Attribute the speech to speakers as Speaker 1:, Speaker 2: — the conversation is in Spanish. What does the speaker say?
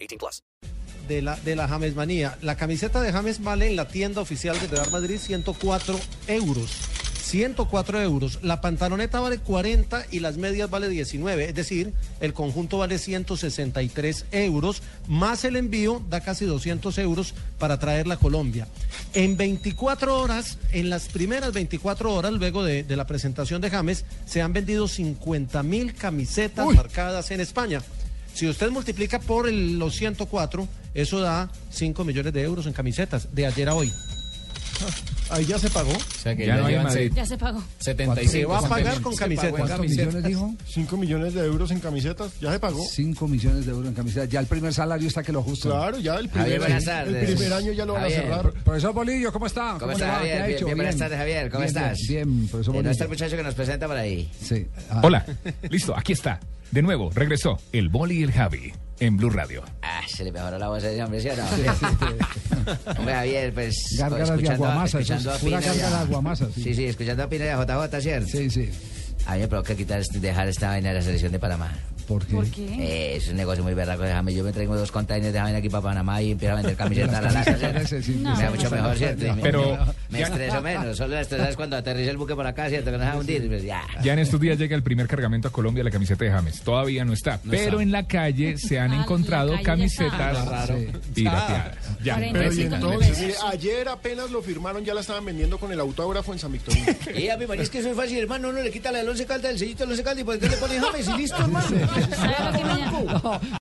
Speaker 1: 18 plus.
Speaker 2: de la, de la James Manía. La camiseta de James vale en la tienda oficial de Real Madrid 104 euros. 104 euros. La pantaloneta vale 40 y las medias vale 19. Es decir, el conjunto vale 163 euros. Más el envío da casi 200 euros para traerla a Colombia. En 24 horas, en las primeras 24 horas, luego de, de la presentación de James, se han vendido 50 mil camisetas marcadas en España. Si usted multiplica por el- los 104, eso da 5 millones de euros en camisetas de ayer a hoy.
Speaker 3: Ahí ya se pagó.
Speaker 4: O sea que
Speaker 5: Ya
Speaker 4: ya,
Speaker 5: no hay
Speaker 4: llevan
Speaker 5: Madrid.
Speaker 4: se-
Speaker 6: Ya se pagó.
Speaker 4: 75.
Speaker 2: Se va a pagar con
Speaker 4: Se pagó en
Speaker 2: camisetas.
Speaker 4: camisetas.
Speaker 5: ¿Cuántos millones dijo?
Speaker 3: 5 millones de euros en camisetas, ya se pagó.
Speaker 5: 5 millones de euros en camisetas. Ya el primer salario está que lo ajustan.
Speaker 3: Claro, ya el primer,
Speaker 4: Javier, buenas
Speaker 3: año, el
Speaker 4: tardes.
Speaker 3: primer año ya lo van a
Speaker 4: Javier.
Speaker 3: cerrar.
Speaker 5: Profesor Bolillo, ¿cómo está?
Speaker 4: ¿Cómo
Speaker 5: le
Speaker 4: estás,
Speaker 5: va? ¿Qué
Speaker 4: Javier?
Speaker 5: ha hecho?
Speaker 4: Bien, buenas tardes, Javier. ¿Cómo
Speaker 5: Bien,
Speaker 4: estás?
Speaker 5: Bien, bien,
Speaker 4: Eh, no
Speaker 5: profesor Bolillo.
Speaker 4: está el muchacho que nos presenta por ahí.
Speaker 5: Sí. Ah,
Speaker 7: Hola, listo, aquí está. De nuevo, regresó el Boli y el Javi en Blue Radio.
Speaker 4: Ah, se le mejoró la voz a ese hombre, ¿sí o no? Hombre, Javier, pues.
Speaker 5: Gárgaras de
Speaker 4: escuchando-
Speaker 5: aguamasa, eso es
Speaker 4: escuchando a
Speaker 5: pura
Speaker 4: Pina y a-
Speaker 5: gárgara de aguamasa, sí.
Speaker 4: Sí, sí, escuchando a Pina y a JJ, ¿cierto?
Speaker 5: Sí, sí.
Speaker 4: A mí me provoca quitar, este- dejar esta vaina de la selección de Panamá.
Speaker 5: ¿Por qué?
Speaker 6: ¿Por qué?
Speaker 4: Eh, es un negocio muy berraco de James. Yo me traigo dos containers de James aquí para Panamá y empiezo a vender camisetas a la
Speaker 5: Las
Speaker 4: lata.
Speaker 5: camisetas
Speaker 4: ¿cierto?
Speaker 5: sí, sí,
Speaker 4: Me
Speaker 5: sí,
Speaker 4: da
Speaker 5: sí,
Speaker 4: mucho
Speaker 5: sí,
Speaker 4: mejor,
Speaker 5: sí,
Speaker 4: ¿cierto?
Speaker 5: sí,
Speaker 4: Y me-
Speaker 7: Pero-
Speaker 4: Me
Speaker 7: ya-
Speaker 4: estreso menos. Solo la estresas cuando aterriza el buque por acá, ¿cierto? Que nos deja hundir. Pues, ya.
Speaker 7: Ya en estos días llega el primer cargamento a Colombia de la camiseta de James. Todavía no está, pero en la calle se han
Speaker 6: Ah, la
Speaker 7: encontrado
Speaker 6: calle ya
Speaker 7: camisetas
Speaker 5: está.
Speaker 7: pirateadas. Ya,
Speaker 6: Cuarenta
Speaker 3: Pero
Speaker 6: Sí,
Speaker 3: y
Speaker 6: con
Speaker 3: entonces,
Speaker 6: pesos.
Speaker 3: eh, ayer apenas lo firmaron, ya la estaban vendiendo con el autógrafo en San Victorino.
Speaker 4: Y a mi marido es que eso es fácil, hermano. Uno le quita la del once calda, el sellito del once calda y por detrás le pone James y listo, hermano.
Speaker 6: ¿Sabe lo que me llama?